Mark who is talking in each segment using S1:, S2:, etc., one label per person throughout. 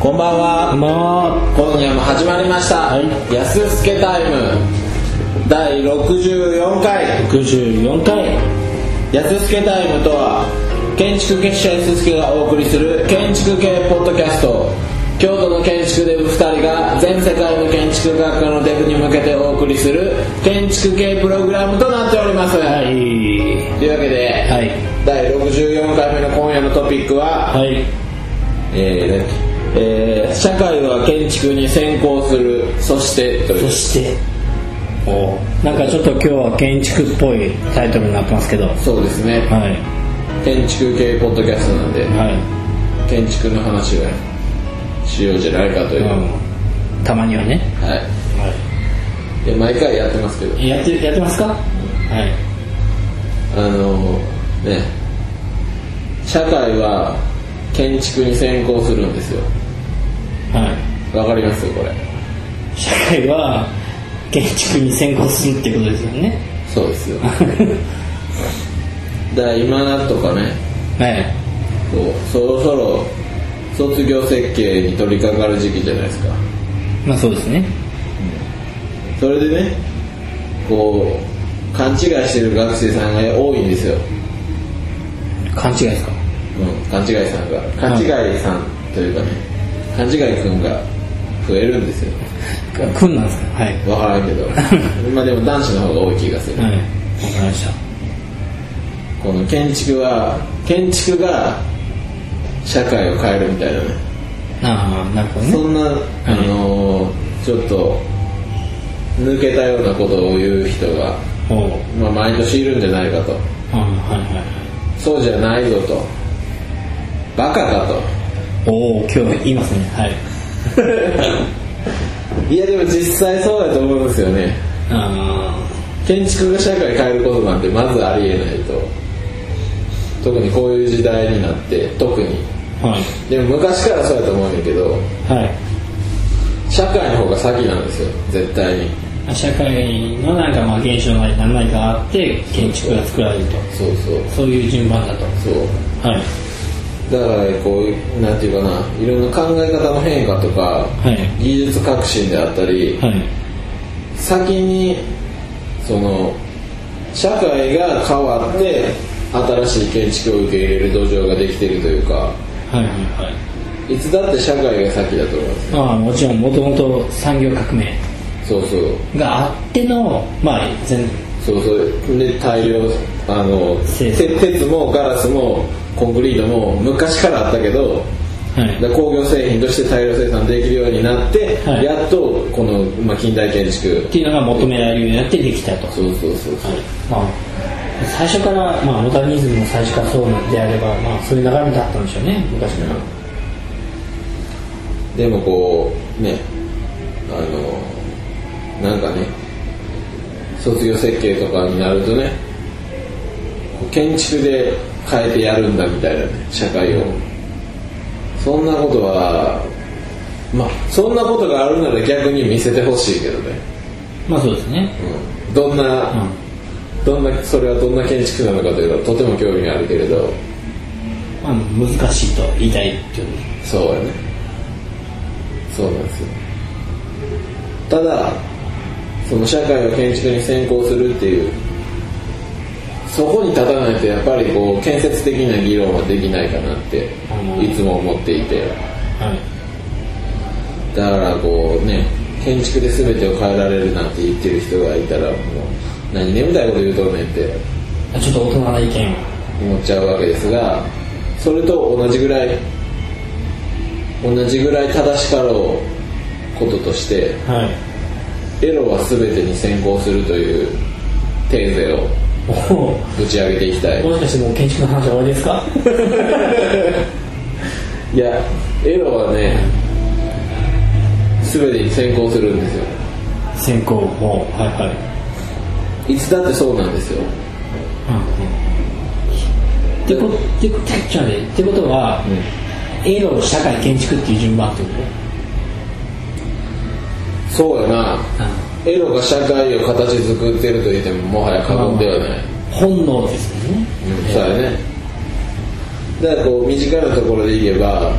S1: こんばんは。
S2: まあ
S1: 今夜も始まりました。
S2: はい
S1: 安すけタイム第64回。
S2: 64回
S1: 安すけタイムとは建築結社安すけがお送りする建築系ポッドキャスト。京都の建築デブ2人が全世界の建築学科のデブに向けてお送りする建築系プログラムとなっております。
S2: はい
S1: というわけで、
S2: はい
S1: 第64回目の今夜のトピックは、
S2: はい
S1: えーえー社会は建築に先行するそしてとい
S2: そうしてなんかちょっと今日は建築っぽいタイトルになってますけどは
S1: そうですね、
S2: い
S1: 建築系ポッドキャストなんで
S2: は
S1: 建築の話はしようじゃないかとい
S2: い、
S1: う、
S2: うん、たまにはね、
S1: はい
S2: は
S1: で毎回やってますけど
S2: い、やってやってますかはい
S1: あのーね社会は建築に先行するんですよ
S2: はい
S1: わかりますこれ
S2: 社会は建築に先行するってことですよね
S1: そうですよだから今とかね
S2: はい
S1: こうそろそろ卒業設計に取り掛かる時期じゃないですか
S2: まあそうですね
S1: それでねこう勘違いしてる学生さんが多いんですよ、
S2: 勘違いですか
S1: うん、勘違いさんが勘違いさんというかね勘違い君が増えるんですよ
S2: くんなんですかはい
S1: 分からんけどまあでも男子の方が多い気がする
S2: はいわかりました
S1: この建築は建築が社会を変えるみたいなね
S2: ああなるほど
S1: そん
S2: ね
S1: な、あのーちょっと抜けたようなことを言う人が、
S2: おお
S1: まあ、毎年いるんじゃないかと
S2: ああはいはいはい
S1: そうじゃないぞとバカかと
S2: おお今日言いますねはい
S1: いやでも実際そうだと思うんですよね
S2: あ
S1: 建築が社会変えることなんてまずありえないと特にこういう時代になって特に
S2: あはい
S1: でも昔からそうやと思うんだけど
S2: はい
S1: 社会の方が先なんですよ絶対に
S2: 社会のなんかまあ現象なり何なりがあって建築が作られると
S1: そうそう
S2: そういう順番だと
S1: そう
S2: はい
S1: だからこうなんていうかないろんな考え方の変化とか、
S2: はい
S1: 技術革新であったり、
S2: はい
S1: 先にその社会が変わって新しい建築を受け入れる土壌ができているというか
S2: はいはいはい
S1: いつだって社会が先だと思うんです
S2: まあもちろんもともと産業革命
S1: そうそう
S2: があってのまあ全
S1: そうそうで大量あの
S2: せ
S1: 鉄鉄もガラスもコンクリートも昔からあったけど
S2: はい
S1: で工業製品として大量生産できるようになって、
S2: はい
S1: やっとこの、まあ、近代建築
S2: っていうのが求められるようになってできたと
S1: そうそうそうそう、
S2: まあ最初から、まあ、モダニズムも最初からそうなんであれば、まあ、そういう流れだったんでしょうね昔から
S1: でもこうねあのなんかね卒業設計とかになるとねこう建築で変えてやるんだみたいなね社会をそんなことはまあそんなことがあるなら逆に見せてほしいけどね、
S2: まあそうですね
S1: うん、どんな、
S2: うん
S1: どんなそれはどんな建築なのかというのはとても興味があるけれど
S2: まあ、難しいと言いたいっていう
S1: そうやねそうなんですよただその社会を建築に先行するっていうそこに立たないとやっぱりこう建設的な議論はできないかなって
S2: うん
S1: いつも思っていて
S2: はい
S1: だからこうね建築で全てを変えられるなんて言ってる人がいたらもう何眠たいこと言うとんねんって
S2: ちょっと大人な意見を
S1: 思っちゃうわけですがそれと同じぐらい同じぐらい正しかろうこととして
S2: はい
S1: エロは全てに先行するというテーゼを
S2: お
S1: ぶち上げていきたい
S2: おもしかしてもう建築の話は終わりですか
S1: いやエロはね全てに先行するんですよ
S2: 先行法はいはい、
S1: いつだってそうなんですよ
S2: うんうん、ってこってちょっと待ってってことは、エロ社会建築っていう順番ってこ
S1: そうやな
S2: と、
S1: エロが社会を形作ってると言ってももはや過言ではない
S2: 本能ですよね、
S1: そうやねだからこう身近なところで言えば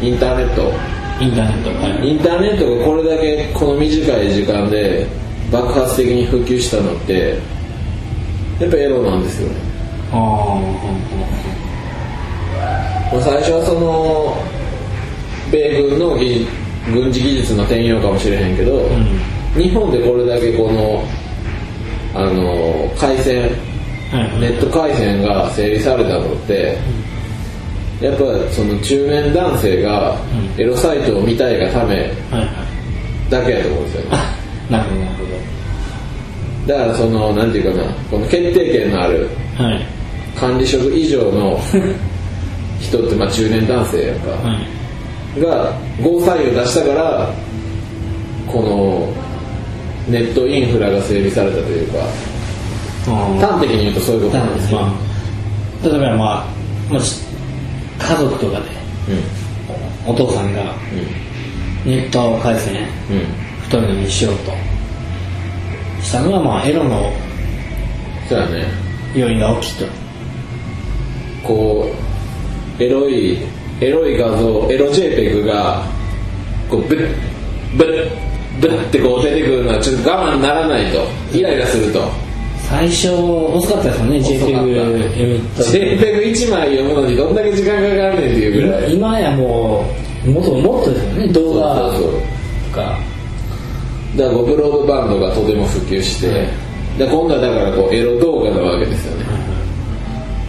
S1: インターネット
S2: インターネットはい
S1: インターネットがこれだけこの短い時間で爆発的に普及したのってやっぱエロなんですよね、
S2: ああうん
S1: まあ、最初はその米軍の技軍事技術の転用かもしれへんけど、日本でこれだけこのあの回線
S2: うんはい
S1: ネット回線が整理されたのって、やっぱその中年男性がエロサイトを見たいがため
S2: はいはい
S1: だけやと思うんですよね、
S2: あなるほどなるほ
S1: だからそのなんていうかなこの決定権のある
S2: どはい
S1: 管理職以上の人ってまあ中年男性やんか、
S2: はい
S1: がゴーサインを出したからこのネットインフラが整備されたというか
S2: ああ
S1: 端的に言うとそういうことなんですよ、
S2: まあ例えばまあ、まあ、し家族とかで
S1: う
S2: お父さんがネット回線
S1: んうんうん
S2: 太いのにしようとしたのはまあエロの
S1: そうやね
S2: 要因が大きいと
S1: こうエロいエロい画像エロ JPEG がこうブッブッブッってこう出てくるのはちょっと我慢ならないとイライラすると
S2: 最初遅かったですもんね JPEG 読み取る
S1: JPEG1 枚読むのにどんだけ時間かかるねんっていうぐらい
S2: 今やもうもっともっとですよね動画
S1: そうそうそう
S2: とか
S1: だからこうブロードバンドがとても普及して、で今度はだからこうエロ動画なわけですよね、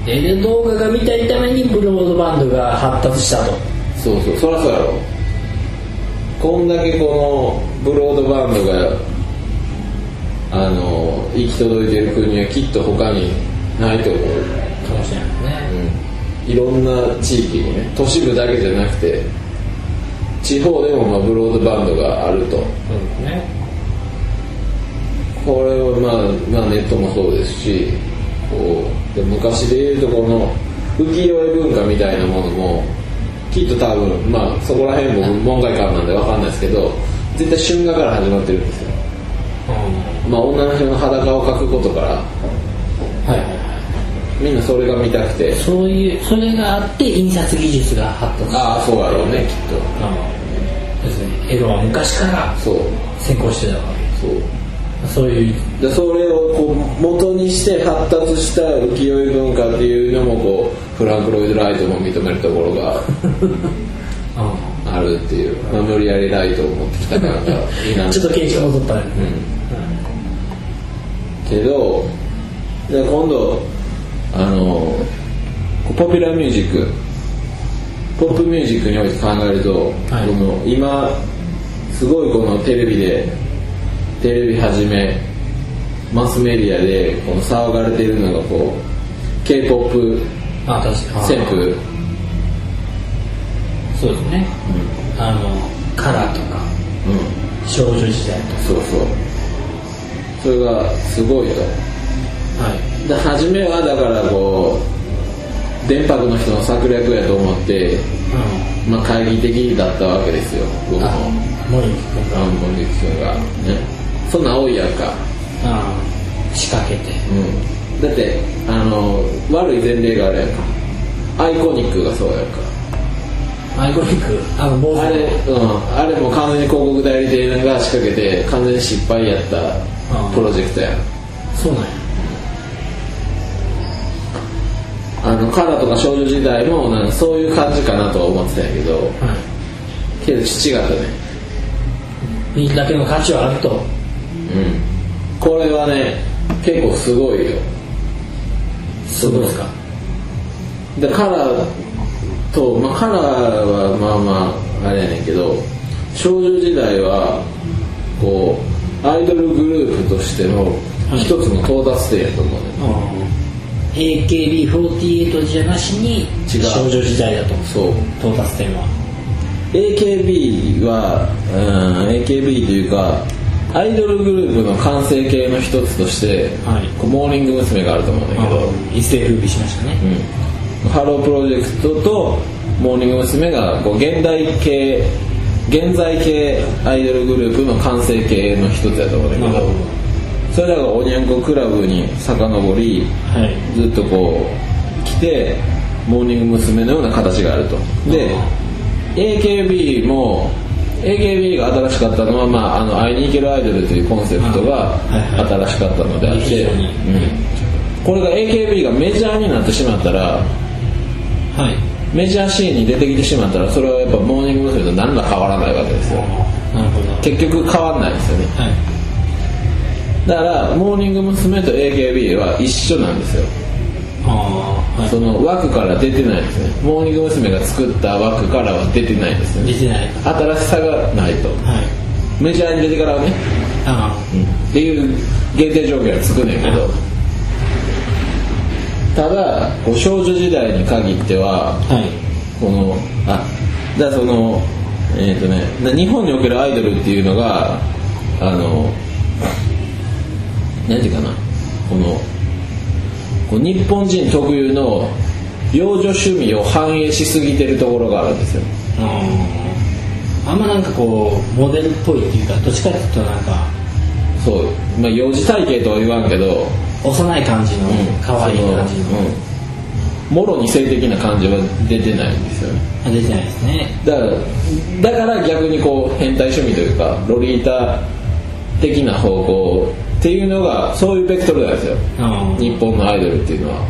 S2: エロ動画が見たいためにブロードバンドが発達したと
S1: そうそうそらそうやろこんだけこのブロードバンドがあの行き届いてる国はきっと他にないと思う、
S2: かもしれないですね
S1: うん、いろんな地域にね都市部だけじゃなくて地方でもまあブロードバンドがあると
S2: そうですね
S1: これは、まあ、まあネットもそうですしこうで昔でいうとこの浮世絵文化みたいなものもきっと多分まあそこら辺も門外漢なんでわかんないですけど絶対春画から始まってるんですよ、
S2: うん
S1: まあ、女の人の裸を描くことから
S2: はいはいはい
S1: みんなそれが見たくて
S2: そういうそれがあって印刷技術が発達
S1: ああそうやろうねきっと
S2: ですねエロは昔から
S1: そう
S2: 先行してたわ
S1: そう
S2: けそういう
S1: でそれをこう元にして発達した浮世絵文化っていうのもこうフランク・ロイド・ライトも認めるところがあるっていう、まあ、無理やりライトを持ってきた感がいいな
S2: ちょっと形式戻ったね、
S1: けどで今度あのポピュラーミュージックポップミュージックにおいて考えると、
S2: はい
S1: この今すごいこのテレビでテレビはじめマスメディアでこの騒がれているのがこう k p o p
S2: あ確かに
S1: 旋風
S2: そうですね、あのカラーとか
S1: うん
S2: 少女時代と
S1: そうそうそれがすごいと
S2: かはい
S1: で初めはだからこう電波の人の策略やと思って、まあ、懐疑的だったわけですよ僕
S2: うん
S1: も
S2: あ森木君が
S1: ランボンディクションがねそんなん多いやんか、
S2: あ仕掛けて
S1: うん、だってあの悪い前例があるやんかアイコニックがそうやんか
S2: アイコニックあの坊主
S1: あれ,、うん、あれも完全に広告代理店が仕掛けて完全に失敗やったプロジェクトやん
S2: そうなんや
S1: あのカラとか少女時代もなんかそういう感じかなとは思ってたんやけど
S2: は
S1: けど違ったね
S2: いにだけの価値はあると
S1: うんこれはね結構すごいよ
S2: すごいですか
S1: でカラーと、まあ、カラーはまあまああれやねんけど少女時代はこうアイドルグループとしての一つの到達点やと思うね、
S2: うん AKB48 じゃなしに
S1: 違う
S2: 少女時代だと
S1: そう
S2: 到達点は
S1: AKB は、うん、AKB というかアイドルグループの完成形の一つとして、
S2: はい
S1: こうモーニング娘。があると思うんだけど、
S2: 一世風靡しましたね
S1: うんハロープロジェクトとモーニング娘。がこう現代系現在系アイドルグループの完成形の一つだと思うんだけど
S2: なるほど
S1: それらがおにゃんこクラブに遡り
S2: はい
S1: ずっとこう来てモーニング娘。のような形があるとで AKB も AKB が新しかったのは、まあ、あの会いに行けるアイドルというコンセプトが
S2: はい
S1: 新しかったのであっ
S2: 非
S1: て、
S2: 常に
S1: うんこれが AKB がメジャーになってしまったら
S2: はい
S1: メジャーシーンに出てきてしまったらそれはやっぱモーニング娘。と何ら変わらないわけですよ
S2: なるほど
S1: 結局変わんないですよね
S2: はい
S1: だからモーニング娘。と AKB は一緒なんですよ
S2: ああはい
S1: その枠から出てないですねモーニング娘。が作った枠からは出てないですね
S2: 出てない
S1: 新しさがないと
S2: はい
S1: メジャーに出てからはね、
S2: あ
S1: っていう限定条件はつくねんけどただこう少女時代に限っては
S2: あはい
S1: このあだからそのえっ、とねだ日本におけるアイドルっていうのがあの何て言うかなこのこう日本人特有の幼女趣味を反映しすぎてるところがあるんですよ
S2: あああんまなんかこうモデルっぽいっていうかどっちかっていうとなんか
S1: そうまあ幼児体系とは言わんけど
S2: 幼い感じの可愛い感じの、
S1: うんもろに性的な感じは出てないんですよね
S2: あ出てないですね
S1: だからだから逆にこう変態趣味というかロリータ的な方向っていうのがそういうベクトルなんですよ
S2: ああはい
S1: 日本のアイドルっていうのは
S2: はい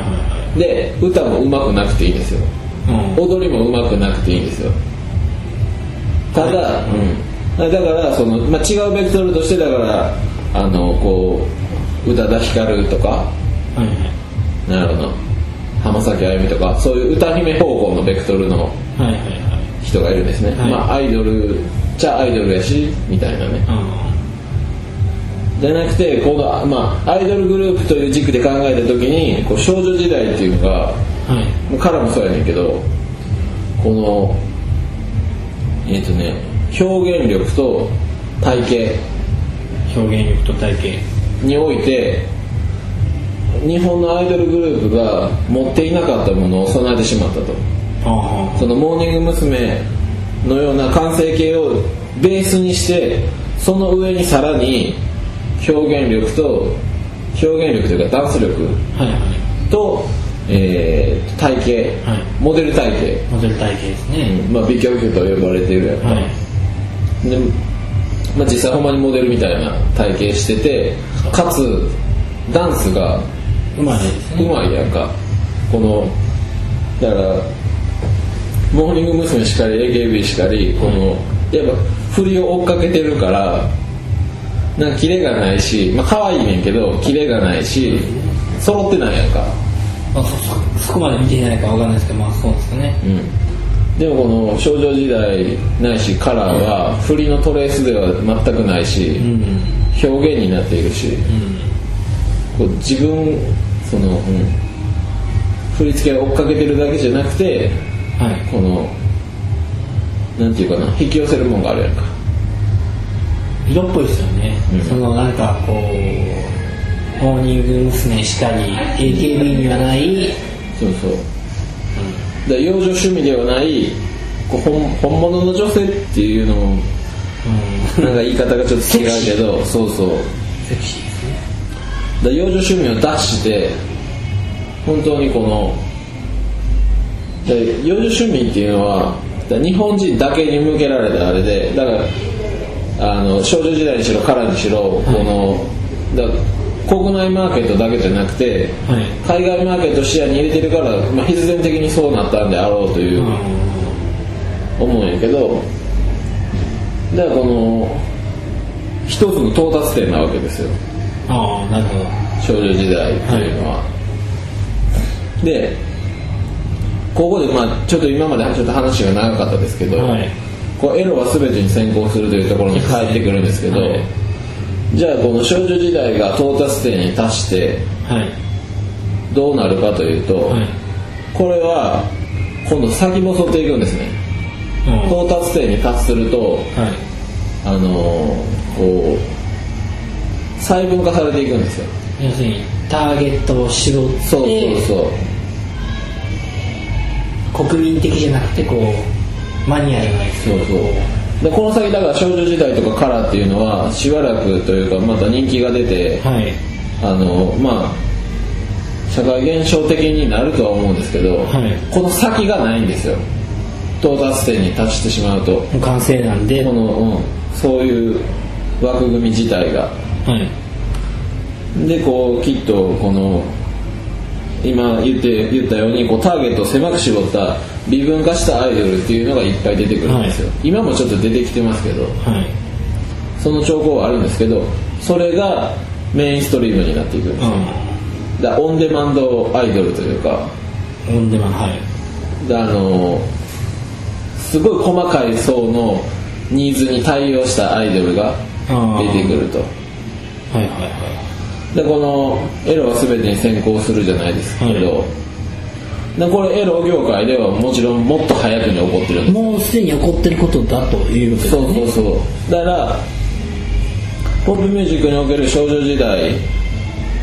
S2: は
S1: で歌も上手くなくていいんですよ
S2: いうん
S1: 踊りも上手くなくていいんですよただ、うん、だからその、まあ、違うベクトルとしてだからあのこう宇多田ヒカルとか
S2: はいはい
S1: なるほど浜崎あゆみとかそういう歌姫方向のベクトルの
S2: はいはいはい
S1: 人がいるんですね、
S2: はい
S1: まあアイドルじゃアイドルやしみたいなね
S2: あ
S1: じゃなくてこの、まあ、アイドルグループという軸で考えた時にこう少女時代っていうのが
S2: あはい
S1: もう彼もそうやねんけどこのえっ、とね表現力と体型
S2: 表現力と体型
S1: において日本のアイドルグループが持っていなかったものを備えてしまったと
S2: あ
S1: そのモーニング娘。のような完成形をベースにしてその上にさらに表現力と表現力というかダンス力
S2: あはいはい
S1: と、えー体型、
S2: はい
S1: モデル体型、
S2: モデル体型です
S1: う
S2: ね、
S1: んまあ、美脚と呼ばれているやんか、
S2: はい
S1: でまあ、実際ほんまにモデルみたいな体型しててかつダンスが
S2: うまいです
S1: う
S2: ね
S1: まいやんかこのだからモーニング娘。しかり AKB しかりこのやっぱ振りを追っかけてるからなんかキレがないしまあ可愛いねんけどキレがないし揃ってないやんか
S2: まあ、そそそこまで見ていないからわかんないですけどまあそうですかね
S1: うんでもこの少女時代ないしカラーは振りのトレースでは全くないし
S2: うんうん
S1: 表現になっているしこう自分その、うん、振り付けを追っかけてるだけじゃなくて
S2: はい
S1: このなんていうかな引き寄せるもんがあるやんか
S2: 色っぽいですよね、
S1: うん
S2: そのなんかこうモーニング娘。しかり AKB にはない、
S1: そうそうだから幼女趣味ではないこう本本物の女性っていうのも
S2: うん
S1: なんか言い方がちょっと違うけどそうそうだか
S2: セクシーですね
S1: ら幼女趣味を出して本当にこのだから幼女趣味っていうのはだから日本人だけに向けられたあれでだからあの少女時代にしろカラーにしろこの、だから国内マーケットだけじゃなくて
S2: はい
S1: 海外マーケットを視野に入れてるから、まあ、必然的にそうなったんであろうといううん思うんやけどだからこの一つの到達点なわけですよ
S2: ああなるほど
S1: 少女時代っていうのは、でここでまあちょっと今までちょっと話が長かったですけど、
S2: はい
S1: こうエロは全てに先行するというところに帰ってくるんですけど、
S2: はい
S1: じゃあこの少女時代が到達点に達して
S2: はい
S1: どうなるかというと、
S2: はい
S1: これは今度先細っていくんですね
S2: うんは
S1: 到達点に達すると
S2: い
S1: あのーこう細分化されていくんですよ
S2: 要するにターゲットを絞って
S1: そうそうそう、
S2: 国民的じゃなくてこうマニアじゃないです
S1: そうそうでこの先だから少女時代とかカラーっていうのはしばらくというかまた人気が出て
S2: はい
S1: あのまあ社会現象的になるとは思うんですけど、
S2: はい
S1: この先がないんですよ到達点に達してしまうとこ
S2: もう完成なんで、は
S1: の、うん、そういう枠組み自体が
S2: い、
S1: でこうきっとこの今言って言ったようにこうターゲットを狭く絞った微分化したアイドルっていうのがいっぱい出てくるんですよ、
S2: は
S1: 今もちょっと出てきてますけど
S2: はい、
S1: その兆候はあるんですけどそれがメインストリームになっていくんですよだからオンデマンドアイドルというか
S2: うん、オンデマンはい、
S1: であのすごい細かい層のニーズに対応したアイドルが出てくると
S2: はいはいは
S1: でこのエロは全てに先行するじゃないですけど、
S2: は
S1: でこれエロ業界ではもちろんもっと早くに起こってるん
S2: い、
S1: で
S2: もうすでに起こってることだということ
S1: す
S2: です
S1: そうそうそうだからポップミュージックにおける少女時代、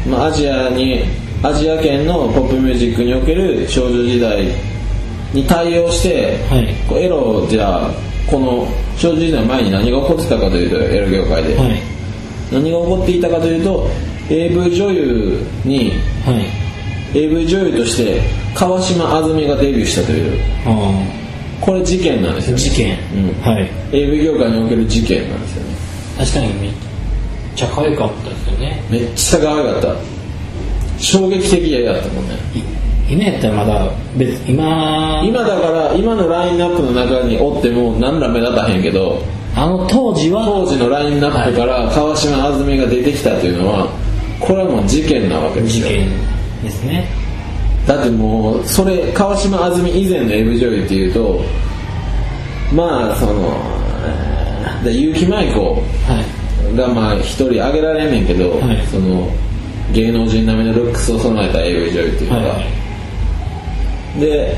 S1: まあ、アジアにアジア圏のポップミュージックにおける少女時代に対応して、
S2: はい
S1: こうエロじゃあこの少女時代の前に何が起こってたかというとエロ業界で、
S2: はい
S1: 何が起こっていたかというと AV 女優に
S2: はい
S1: AV 女優として川島あずみがデビューしたという
S2: あ
S1: これ事件なんです
S2: あ
S1: よ、ね、
S2: 事件、
S1: うん
S2: はい
S1: AV 業界における事件なんですよね
S2: 確かにめっちゃ可愛かったですよね
S1: めっちゃ可愛かった衝撃的ややったもんね
S2: い今やったらまだ別今
S1: 今だから今のラインナップの中におっても何ら目立たへんけど
S2: あの当時は
S1: 当時のラインナップから川島あずみが出てきたというのはこれはもう事件なわけです
S2: 事
S1: よ
S2: 件ですね
S1: だってもうそれ川島あずみ以前の AV 女優っていうとまあそのえーで結城舞子
S2: はい
S1: がまあ一人挙げられんねんけど、
S2: はい
S1: その芸能人並みのルックスを備えた AV 女優っていうの
S2: はい
S1: が、
S2: はい
S1: で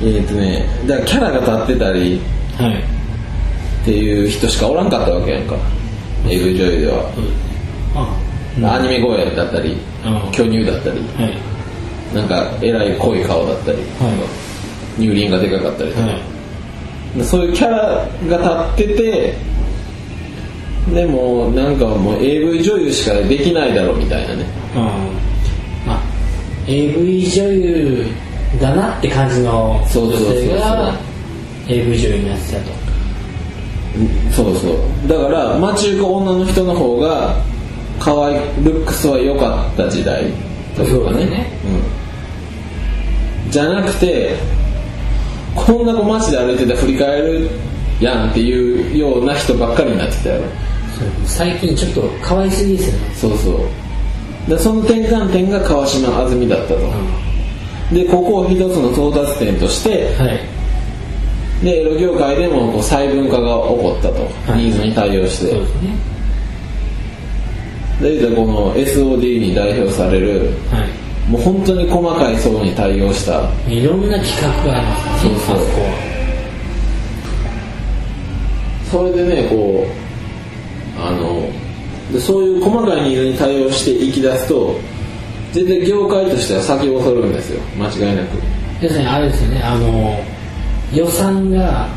S1: えーっ、とねだからキャラが立ってたり
S2: はい
S1: っていう人しかおらんかったわけやんか AV 女優では、
S2: あ
S1: アニメ声だったり
S2: あ
S1: 巨乳だったり
S2: はい
S1: なんかえらい濃い顔だったり
S2: は
S1: 乳輪がでかかったりとか
S2: いはい
S1: そういうキャラが立っててでもなんかもう AV 女優しかできないだろうみたいなね
S2: うんまあ AV 女優だなって感じの女
S1: そうそうそうそう
S2: 性が AV 女優になってたと
S1: そうそうだから街行く女の人の方が可愛いルックスは良かった時代とか
S2: そう
S1: ね
S2: だね
S1: うん、じゃなくてこんな子街で歩いてたら振り返るやんっていうような人ばっかりになってきたやろ
S2: そう最近ちょっと可愛すぎですよね
S1: そうそうでその転換点が川島あずみだったと、
S2: うん
S1: でここを一つの到達点として
S2: はい
S1: でエロ業界でもこう細分化が起こったと、
S2: はい
S1: ニーズに対応して
S2: そうですね
S1: でこの SOD に代表される
S2: は
S1: もう本当に細かい層に対応した
S2: いいろんな企画がありますね
S1: そうそう
S2: あこは
S1: それでねこうあのでそういう細かいニーズに対応していきだすと全然業界としては先を取るんですよ間違いなく
S2: 要するにあれですよねあの予算が、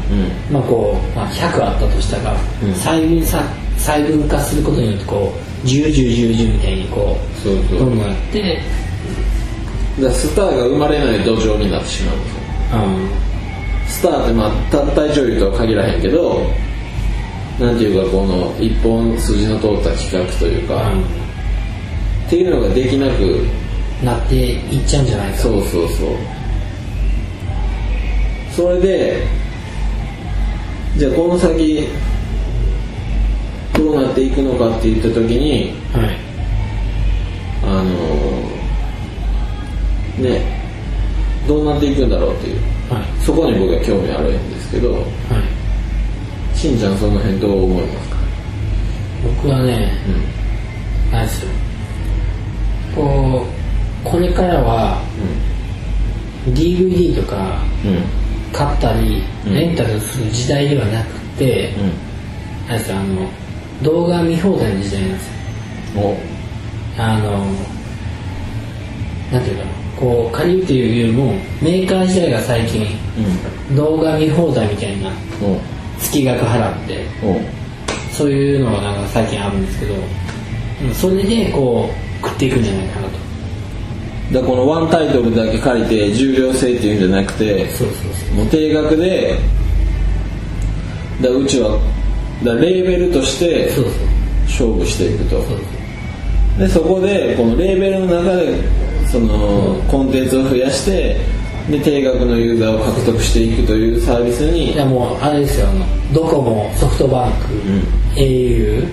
S1: う
S2: まあこうまあ、100あったとしたら、
S1: うん
S2: 細分さ細分化することによってこう101010みたいにこう
S1: そう
S2: どんどんやって、
S1: だからスターが生まれない土壌になってしまうんですよ
S2: うん、
S1: スターってまあ単体女優とは限らへんけどなんていうかこの一本筋の通った企画というか、っていうのができなく
S2: なっていっちゃうんじゃないか
S1: そうそうそうそれでじゃあこの先どうなっていくのかって言った時に
S2: はい
S1: あのねどうなっていくんだろうっていう
S2: はい
S1: そこに僕は興味あるんですけど
S2: はい
S1: しんちゃんその辺どう思いますか、
S2: 僕はねなんですよこうこれからは DVD とか
S1: うんうん
S2: 買ったり
S1: うん
S2: レンタルする時代ではなくて、なんですよあの動画見放題の時代なんですよ
S1: うんお
S2: あのなんていうかなこう借りるっていうよりもメーカー自体が最近動画見放題みたいな
S1: うんお
S2: 月額払って
S1: お
S2: そういうのがなんか最近あるんですけどうんそれでこう食っていくんじゃないかなと
S1: だからこのワンタイトルだけ借りて重量制っていうんじゃなくて
S2: そうそうそ
S1: もう定額でだからうちはだからレーベルとして
S2: うそうそ
S1: 勝
S2: う
S1: 負していくと
S2: そう
S1: でそこでこのレーベルの中でそのコンテンツを増やしてで定額のユーザーを獲得していくというサービスに
S2: いやもうあれですよあのドコモソフトバンク、
S1: ん
S2: au え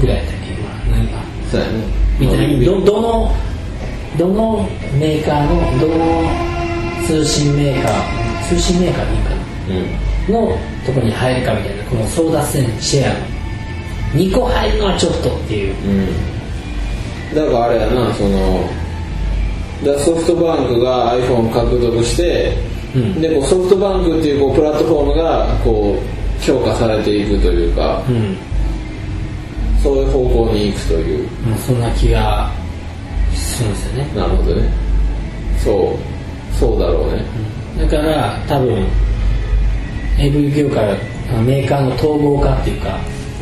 S2: ぐらいだっけ今何か
S1: そうやね
S2: みたいにどどのどのメーカーのどの通信メーカー通信メーカーでいいか
S1: う
S2: なのとこに入るかみたいなこの争奪戦シェアの2個入るのはちょっとっていうん
S1: うんだからあれやなそのだからソフトバンクが iPhone 獲得して、
S2: うん
S1: でこうソフトバンクっていうこうプラットフォームがこう強化されていくというか
S2: うん
S1: そういう方向に行くという
S2: まあそんな気がするんですよね
S1: なるほどねそうそうだろうね
S2: だから多分 AV 業界はあのメーカーの統合化っていうか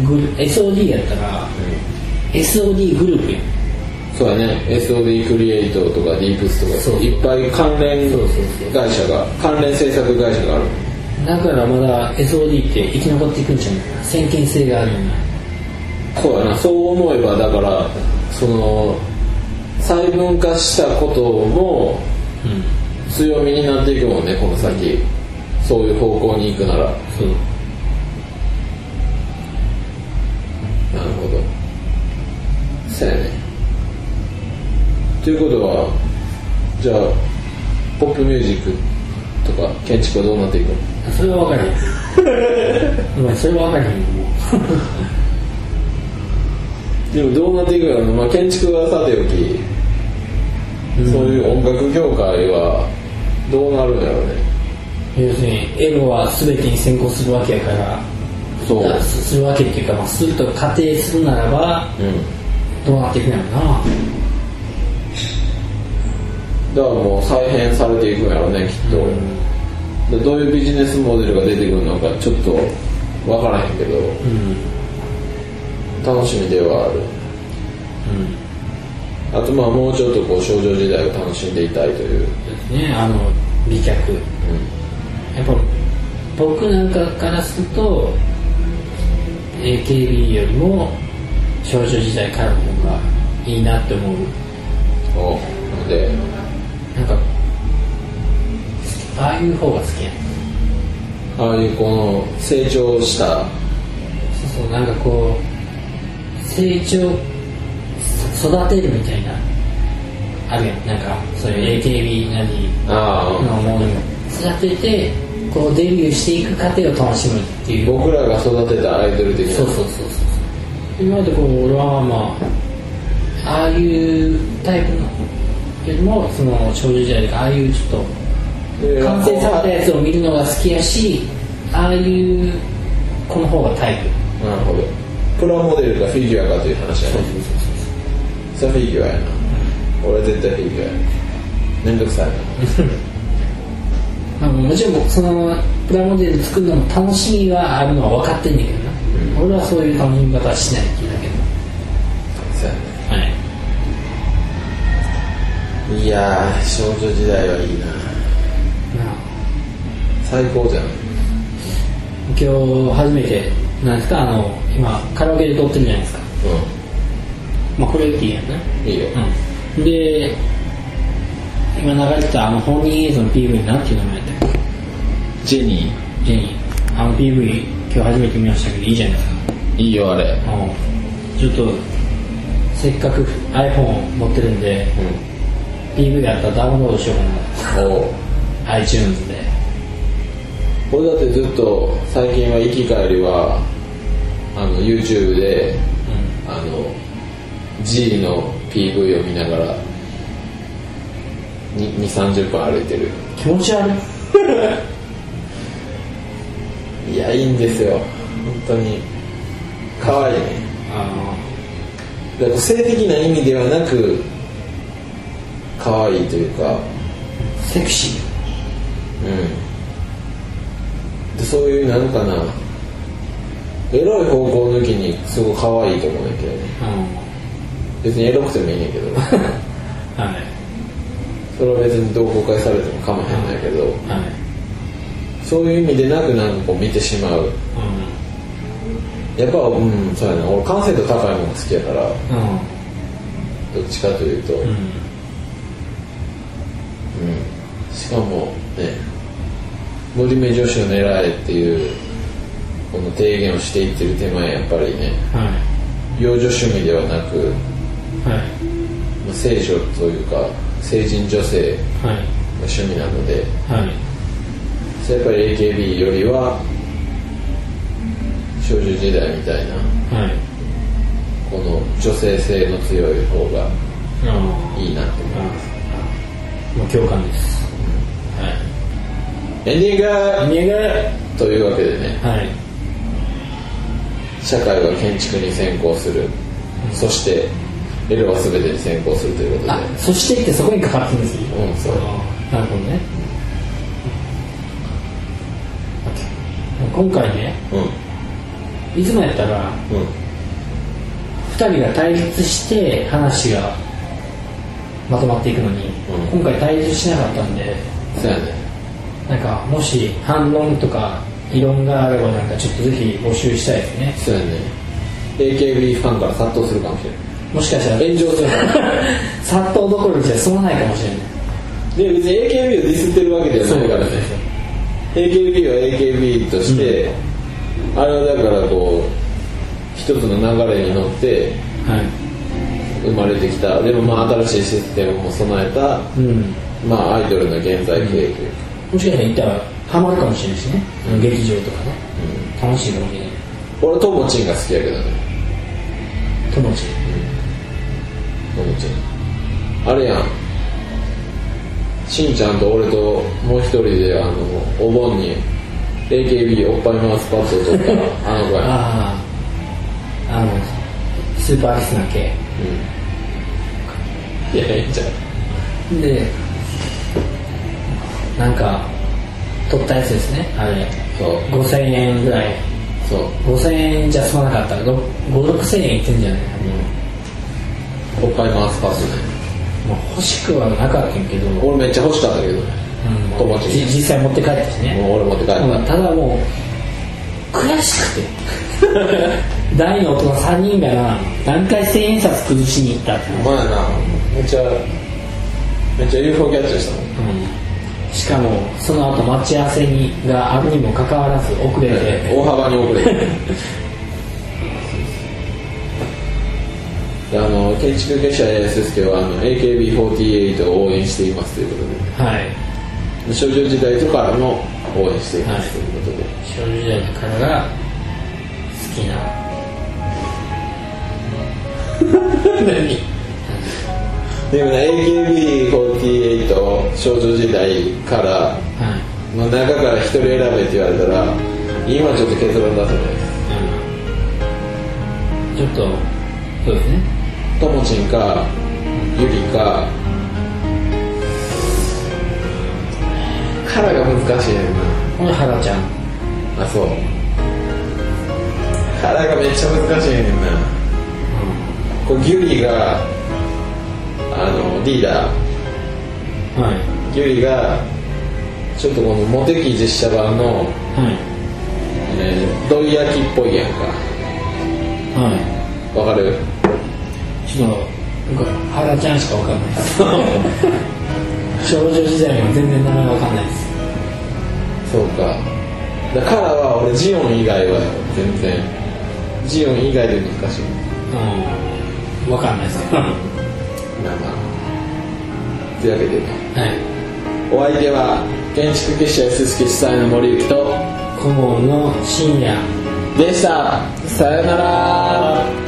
S2: グル SOD やったら、SOD グループやん
S1: そうやね SOD クリエイトとかディープスとか
S2: そうそう
S1: いっぱい関連
S2: そうそうそう
S1: 会社が関連制作会社がある
S2: だからまだ SOD って生き残っていくんじゃないかな先見性があるような
S1: そうやなそう思えばだからその細分化したことも
S2: うん
S1: 強みになっていくもんねこの先そういう方向に行くなら
S2: そう
S1: なるほどそうやねということはじゃあポップミュージックとか建築はどうなっていくの
S2: それは分から へんお前それは分からへんよも
S1: でもどうなっていくかな、まあ、建築はさておき、そういう音楽業界はどうなるんだろうね
S2: う要するにエゴは全てに先行するわけやから
S1: そう
S2: あすするわけっていうか、まあ、すると仮定するならば
S1: うん
S2: どうなっていくんやろうな
S1: だからもう再編されていくんやろうねきっと、でどういうビジネスモデルが出てくるのかちょっと分からへんけど
S2: うん
S1: 楽しみではあるあとまあもうちょっとこう少女時代を楽しんでいたいという
S2: ねあの美脚、やっぱ僕なんかからすると AKB よりも少女時代からの方がいいなって思う
S1: おので
S2: なんかああいう方が好きやん
S1: ああいうこの成長した
S2: そうそうなんかこう成長育てるみたいなあるやんなんかそういう AKB なり
S1: ああ
S2: のものに育ててこうデビューしていく過程を楽しむっていう
S1: 僕らが育てたアイドル的な
S2: そうそうそうそう今までこう俺はまあああいうタイプのよりもその少女時代とかああいうちょっと完成されたやつを見るのが好きやしああいう子の方がタイプ
S1: なるほどプラモデルかフィギュアかという話やねそれフィギュアやな俺は絶対フィギュアやめんどくさいな
S2: まあもちろん僕そのプラモデル作るのも楽しみはあるのは分かってんねんけどな、俺はそういう楽しみ方はしない気だけど
S1: そうやね
S2: はい
S1: いやー少女時代はいいな
S2: まあ
S1: 最高じゃん
S2: 今日初めてなんですかあの今カラオケで撮ってるじゃないですかまあこれ言っていいやんな
S1: うんいいよ、
S2: うんで今流れてたあの本人映像の PV なんていう名前だったっ
S1: ジェニ
S2: けジェニーあの PV 今日初めて見ましたけどいいじゃないですか
S1: ーいいよあれ
S2: あのちょっとせっかく iPhone を持ってるんで
S1: うん
S2: PV あったらダウンロードしようか
S1: おう
S2: な iTunes で
S1: 俺だってずっと最近は行き帰りはあの YouTube であの G の PV を見ながら2 3 0分歩いてる
S2: 気持ち悪い
S1: いやいいんですよ本当に可愛いね
S2: あの
S1: だから性的な意味ではなく可愛いというか
S2: セクシ
S1: うんでそういうなんかなエロい方向抜きにすごい可愛いと思うんだけどね
S2: ーあの
S1: 別にエロくてもいいねんけど
S2: はい
S1: それは別にどう公開されてもかもしれないけど
S2: はい
S1: そういう意味でなくなんかこう見てしまう
S2: う
S1: やっぱうんそうやな俺完成度高いもの好きやから
S2: んうん
S1: どっちかというと、
S2: うん
S1: しかもねボディメ女子を狙えっていうこの提言をしていってる手前やっぱりね
S2: はい
S1: 幼女趣味ではなく
S2: はい
S1: まあ聖女というか成人女性
S2: はい
S1: が趣味なので
S2: はい
S1: それやっぱり AKB よりは少女時代みたいな
S2: はい
S1: この女性性の強い方が
S2: あ
S1: いいなって思
S2: あ
S1: います
S2: もう共感ですはい
S1: エンディング
S2: 逃げ
S1: というわけでね
S2: はい
S1: 社会は建築に先行するそしてエロは全てに先行するということ
S2: あそしてってそこにかかってるんですよ
S1: でうんそう
S2: なるほどね今回ね
S1: う
S2: いつもやったら
S1: んうん
S2: 2人が対立して話がまとまっていくのに、
S1: うん
S2: 今回対立しなかったんで
S1: そうやね
S2: なんかもし反論とか異論があればなんかちょっとぜひ募集したいですね
S1: そうやね AKB ファンから殺到するかもしれない
S2: もしかしたら炎上するから殺到どころじゃ済まないかもしれない
S1: で別に AKB をディスってるわけではないからね AKB は AKB として、あれはだからこう一つの流れに乗って
S2: はい
S1: 生まれてきたでもまあ新しいシステムも備えた、
S2: うん
S1: まあ、アイドルの現在形というか、
S2: もしかしたら行ったらハマるかもしれないしね、劇場とかね、楽しいかもしれない
S1: 俺ともちんが好きやけどね
S2: 友達
S1: ともちんあれやんしんちゃんと俺ともう一人であのお盆に AKB おっぱいマウスパッドを取ったあの子やん
S2: あああのスーパーリスナー系
S1: いやいいんじゃん
S2: でなんか取ったやつですねあれ
S1: そう
S2: 5000円ぐらい
S1: そう
S2: 5000円じゃ済まなかったら56000円いってんじゃない
S1: おっぱいマウスパッドね
S2: もう欲しくはなかったんけど、うん、
S1: 俺めっちゃ欲しかったけどね友達
S2: じ実際持って帰ったしね
S1: もう俺持って帰った、
S2: うんただもう悔しくて大の大人3人がな何回千円札崩しに行ったっていう、
S1: お前やなめっちゃめっちゃ UFO キャッチしたもん
S2: うんしかもその後待ち合わせにがあるにもかかわらず遅れて
S1: 大幅に遅れてであの建築学者ですけどあの AKB48 を応援していますということ
S2: はい
S1: で少女時代とからも応援していますということで、
S2: 少女時代の彼が好きな 何
S1: でもね AKB48 少女時代から
S2: はい
S1: の中から一人選べって言われたら今ちょっと結論出せないです
S2: うんちょっとそうですね
S1: ともちんかゆりかからが難しいねん
S2: この原ちゃん
S1: なあそうからがめっちゃ難しいねんなこうゆりがあのリーダー
S2: うんはい
S1: ゆりがちょっとこのモテキ実写版の、
S2: はい
S1: えー、どい焼きっぽいやんか
S2: はい
S1: わかる
S2: ちょっと僕は原ちゃんしかわかんない です少女時代も全然名前わかんないです
S1: そうかだからは俺ジオン以外は全然ジオン以外で難しい
S2: うんわかんないですは
S1: まあまあというわけで
S2: い
S1: お相手は建築結社 S スケ主催の森幸と
S2: 顧問の深夜
S1: でしたさよなら